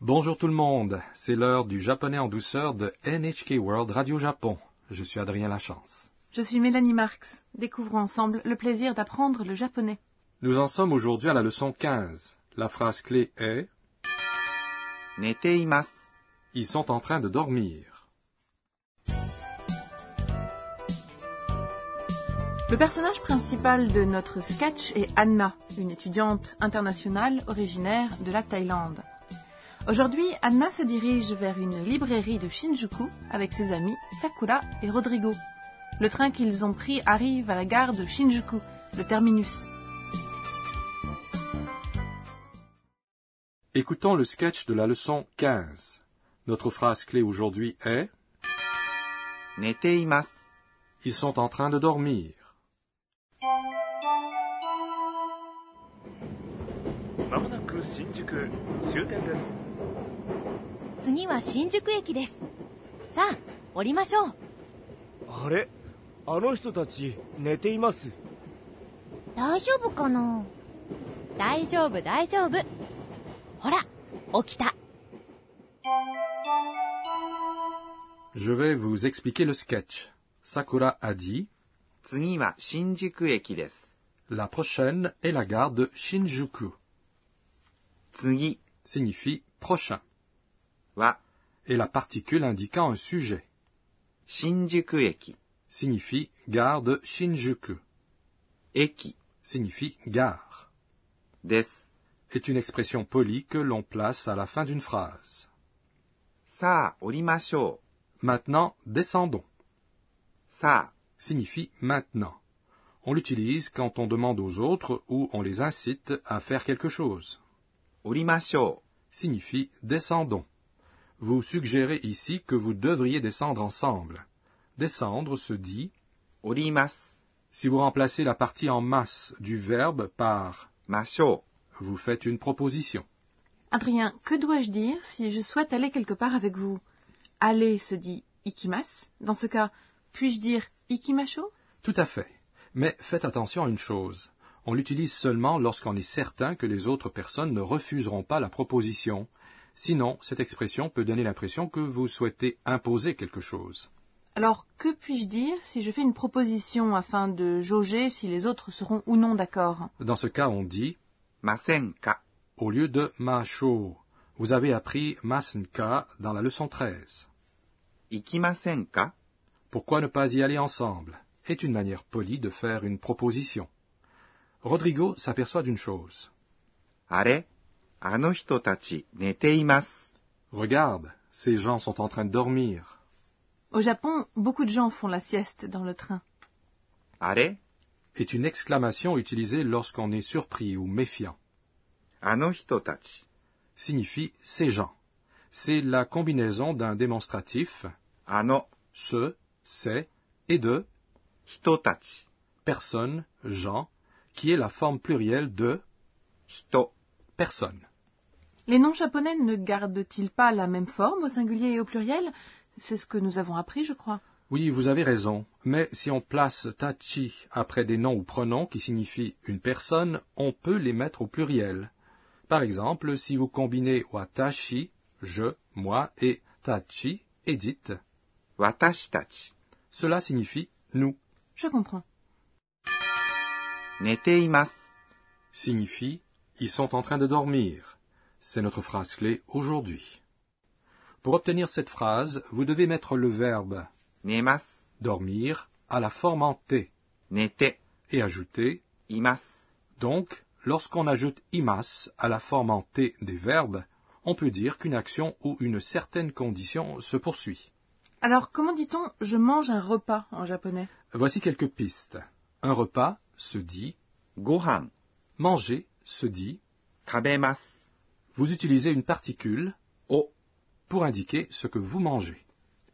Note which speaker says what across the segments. Speaker 1: Bonjour tout le monde, c'est l'heure du japonais en douceur de NHK World Radio Japon. Je suis Adrien Lachance.
Speaker 2: Je suis Mélanie Marx. Découvrons ensemble le plaisir d'apprendre le japonais.
Speaker 1: Nous en sommes aujourd'hui à la leçon 15. La phrase clé est
Speaker 3: 寝ています。
Speaker 1: Ils sont en train de dormir.
Speaker 2: Le personnage principal de notre sketch est Anna, une étudiante internationale originaire de la Thaïlande. Aujourd'hui, Anna se dirige vers une librairie de Shinjuku avec ses amis Sakura et Rodrigo. Le train qu'ils ont pris arrive à la gare de Shinjuku, le terminus.
Speaker 1: Écoutons le sketch de la leçon 15. Notre phrase clé aujourd'hui est
Speaker 3: 寝ています。
Speaker 1: Ils sont en train de dormir.
Speaker 4: まもなく新宿終点です
Speaker 5: 次は新宿駅ですさあ降りましょう
Speaker 6: あれあの人たち寝ています
Speaker 5: 大丈夫かな大丈夫大丈夫ほら起きた
Speaker 1: Je vais vous expliquer le sketch. Sakura a dit
Speaker 3: 次は新宿駅です。
Speaker 1: La prochaine est la gare de Shinjuku.
Speaker 3: 次
Speaker 1: Signifie prochain.
Speaker 3: は
Speaker 1: Et la particule indiquant un sujet.
Speaker 3: 新宿駅。
Speaker 1: signifie gare de Shinjuku,
Speaker 3: 駅
Speaker 1: signifie gare,
Speaker 3: です。
Speaker 1: est une expression polie que l'on place à la fin d'une phrase.
Speaker 3: さあ降りましょう。
Speaker 1: Maintenant, descendons,
Speaker 3: さあ
Speaker 1: signifie maintenant. On l'utilise quand on demande aux autres ou on les incite à faire quelque chose,
Speaker 3: 降りましょ
Speaker 1: signifie descendons. Vous suggérez ici que vous devriez descendre ensemble. Descendre se dit
Speaker 3: う。降ります。
Speaker 1: si vous remplacez la partie en masse du verbe par
Speaker 3: ましょ
Speaker 1: vous faites une proposition.
Speaker 2: Adrien, que dois-je dire si je souhaite aller quelque part avec vous Aller se dit ikimas. Dans ce cas, puis-je dire ikimasho
Speaker 1: Tout à fait. Mais faites attention à une chose. On l'utilise seulement lorsqu'on est certain que les autres personnes ne refuseront pas la proposition. Sinon, cette expression peut donner l'impression que vous souhaitez imposer quelque chose.
Speaker 2: Alors, que puis-je dire si je fais une proposition afin de jauger si les autres seront ou non d'accord
Speaker 1: Dans ce cas, on dit
Speaker 3: う。ませんか。
Speaker 1: au lieu de macho. Vous avez appris masenka dans la leçon 13.
Speaker 3: 行きませんか
Speaker 1: Pourquoi ne pas y aller ensemble est une manière polie de faire une proposition. Rodrigo s'aperçoit d'une chose.
Speaker 3: あれあの人たち寝ています。
Speaker 1: Regarde, ces gens sont en train de dormir.
Speaker 2: Au Japon, beaucoup de gens font la sieste dans le train.
Speaker 3: あれ
Speaker 1: est une exclamation utilisée lorsqu'on est surpris ou méfiant.
Speaker 3: あの人たち。
Speaker 1: Signifie ces gens. C'est la combinaison d'un démonstratif,
Speaker 3: あの
Speaker 1: ce, c'est, et de,
Speaker 3: 人たち。
Speaker 1: personne, gens, qui est la forme plurielle de
Speaker 3: 人。
Speaker 1: personne.
Speaker 2: Les noms japonais ne gardent-ils pas la même forme au singulier et au pluriel C'est ce que nous avons appris, je crois.
Speaker 1: Oui, vous avez raison, mais si on place tachi après des noms ou pronoms qui signifient une personne, on peut les mettre au pluriel. Par exemple, si vous combinez watashi, je, moi, et tachi, et dites
Speaker 3: 私たち。
Speaker 1: Cela signifie nous,
Speaker 2: Je comprends.
Speaker 3: 寝ています。
Speaker 1: signifie ils sont en train de dormir. C'est notre phrase clé aujourd'hui. Pour obtenir cette phrase, vous devez mettre le verbe
Speaker 3: 寝ます。
Speaker 1: dormir à la forme en T
Speaker 3: 寝て
Speaker 1: et ajouter
Speaker 3: います。
Speaker 1: donc lorsqu'on ajoute imas à la forme en T des verbes, on peut dire qu'une action ou une certaine condition se poursuit.
Speaker 2: Alors, comment dit-on je mange un repas en japonais
Speaker 1: Voici quelques pistes. Un repas se dit,
Speaker 3: ご飯。
Speaker 1: manger se dit,
Speaker 3: 食べます。
Speaker 1: vous utilisez une particule
Speaker 3: お。
Speaker 1: pour indiquer ce que vous mangez.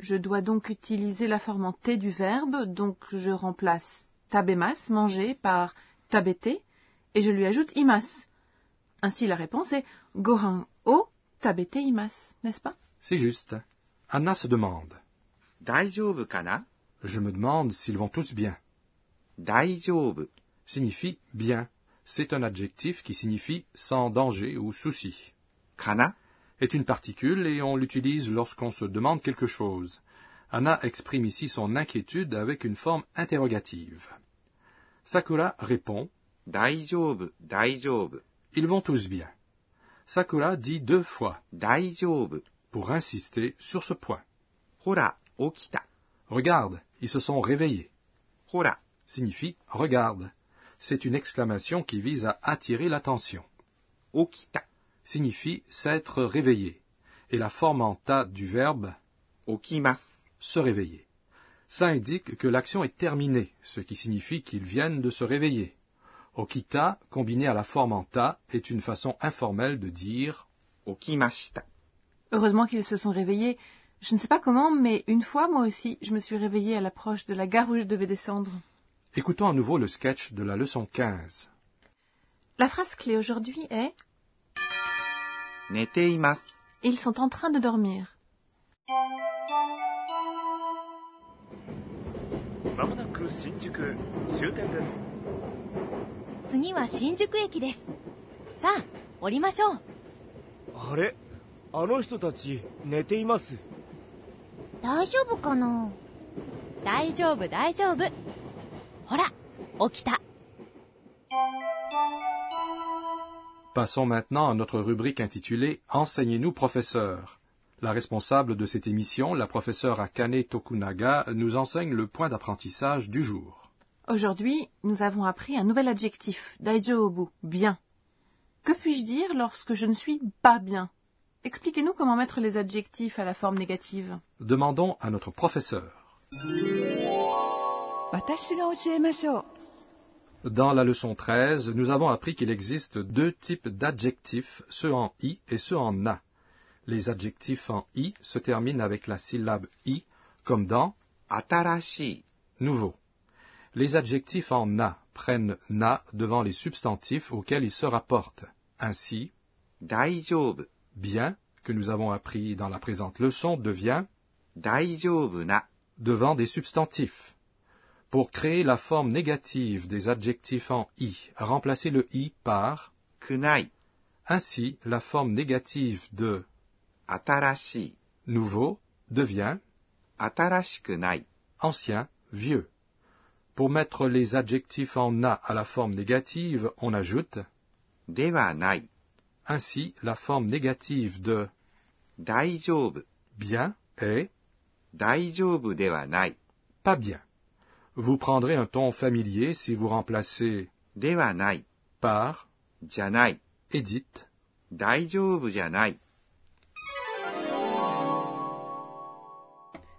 Speaker 2: Je dois donc utiliser la forme en T du verbe, donc je remplace tabemas, manger, par tabete, et je lui ajoute imas. Ainsi, la réponse est gohan o tabete imas, n'est-ce pas
Speaker 1: C'est juste. Anna se demande.
Speaker 3: 大丈夫かな
Speaker 1: Je me demande s'ils vont tous bien.
Speaker 3: 大丈夫。
Speaker 1: Signifie bien. C'est un adjectif qui signifie sans danger ou souci.
Speaker 3: かな
Speaker 1: est une particule et on l'utilise lorsqu'on se demande quelque chose. Anna exprime ici son inquiétude avec une forme interrogative. Sakura répond
Speaker 3: 大丈夫、大丈夫、
Speaker 1: Ils vont tous bien. Sakura dit deux fois
Speaker 3: 大丈夫。
Speaker 1: pour insister sur ce point.
Speaker 3: ほら、起きた。
Speaker 1: Regarde, ils se sont réveillés
Speaker 3: ほら、
Speaker 1: signifie regarde. C'est une exclamation qui vise à attirer l'attention.
Speaker 3: 起きた。
Speaker 1: Signifie s'être réveillé et la forme en ta du verbe
Speaker 3: 起きます。
Speaker 1: se réveiller. Cela indique que l'action est terminée, ce qui signifie qu'ils viennent de se réveiller. Okita, combiné à la forme en ta, est une façon informelle de dire
Speaker 3: 起きました。
Speaker 2: Heureusement qu'ils se sont réveillés. Je ne sais pas comment, mais une fois, moi aussi, je me suis réveillée à l'approche de la gare où je devais descendre.
Speaker 1: Écoutons à nouveau le sketch de la leçon 15.
Speaker 2: La phrase clé aujourd'hui est
Speaker 3: 寝ています。
Speaker 2: Ils sont en train de dormir.
Speaker 4: まもなく新宿終点です
Speaker 5: 次は新宿駅ですさあ降りましょう
Speaker 6: あれあの人たち寝ています
Speaker 5: 大丈夫かな大丈夫大丈夫ほら起きた
Speaker 1: Passons maintenant à notre rubrique intitulée Enseignez-nous, professeur. La responsable de cette émission, la professeure Akane Tokunaga, nous enseigne le point d'apprentissage du jour.
Speaker 2: Aujourd'hui, nous avons appris un nouvel adjectif, daijobu, bien. Que puis-je dire lorsque je ne suis pas bien Expliquez-nous comment mettre les adjectifs à la forme négative.
Speaker 1: Demandons à notre professeur. Dans la leçon 13, nous avons appris qu'il existe deux types d'adjectifs, ceux en i et ceux en a. Les adjectifs en i se terminent avec la syllabe i, comme dans
Speaker 3: 新しい。
Speaker 1: nouveau. Les adjectifs en na prennent na devant les substantifs auxquels ils se rapportent. Ainsi,
Speaker 3: 大丈夫。
Speaker 1: bien, que nous avons appris dans la présente leçon, devient
Speaker 3: 大丈夫な。
Speaker 1: devant des substantifs. Pour créer la forme négative des adjectifs en i, remplacez le i par
Speaker 3: くない。
Speaker 1: ainsi la forme négative de
Speaker 3: 新しい。
Speaker 1: nouveau devient
Speaker 3: 新しくない。
Speaker 1: ancien, vieux. Pour mettre les adjectifs en na à la forme négative, on ajoute
Speaker 3: ではない。
Speaker 1: Ainsi, la forme négative de
Speaker 3: 大丈夫。
Speaker 1: bien est
Speaker 3: 大丈夫ではない。
Speaker 1: pas bien. Vous prendrez un ton familier si vous remplacez
Speaker 3: ではない。
Speaker 1: par
Speaker 3: じゃない。
Speaker 1: et dites
Speaker 3: 大丈夫じゃない。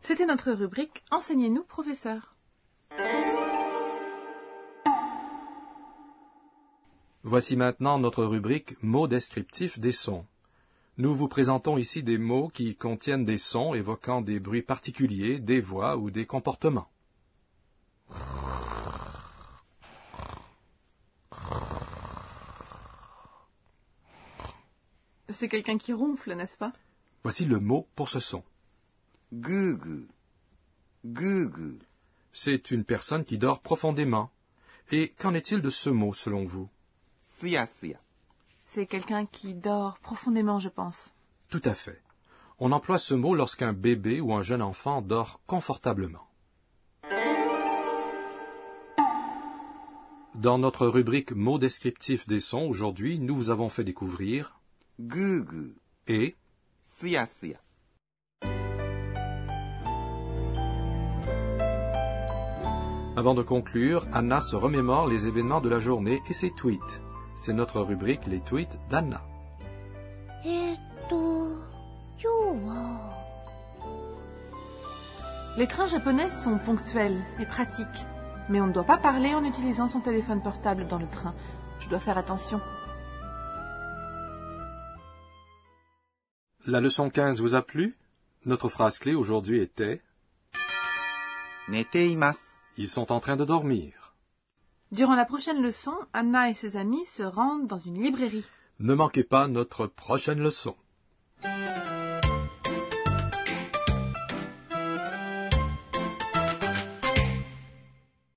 Speaker 2: C'était notre rubrique Enseignez-nous, professeur.
Speaker 1: Voici maintenant notre rubrique mots descriptifs des sons. Nous vous présentons ici des mots qui contiennent des sons évoquant des bruits particuliers, des voix ou des comportements.
Speaker 2: C'est quelqu'un qui ronfle, n'est-ce pas
Speaker 1: Voici le mot pour ce son.
Speaker 3: ぐーぐー。ぐーぐー。
Speaker 1: C'est une personne qui dort profondément. Et qu'en est-il de ce mot selon vous
Speaker 3: すやすや。
Speaker 2: C'est quelqu'un qui dort profondément, je pense.
Speaker 1: Tout à fait. On emploie ce mot lorsqu'un bébé ou un jeune enfant dort confortablement. Dans notre rubrique mots descriptifs des sons, aujourd'hui, nous vous avons fait découvrir
Speaker 3: ぐーぐー。
Speaker 1: et
Speaker 3: すやすや。
Speaker 1: avant de conclure, Anna se remémore les événements de la journée et ses tweets. C'est notre rubrique les tweets d'Anna.
Speaker 5: えー、っと今日は
Speaker 2: Les trains japonais sont ponctuels et pratiques. Mais on ne doit pas parler en utilisant son téléphone portable dans le train. Je dois faire attention.
Speaker 1: La leçon 15 vous a plu Notre phrase clé aujourd'hui était
Speaker 3: 寝ています。
Speaker 1: Ils sont en train de dormir.
Speaker 2: Durant la prochaine leçon, Anna et ses amis se rendent dans une librairie.
Speaker 1: Ne manquez pas notre prochaine leçon.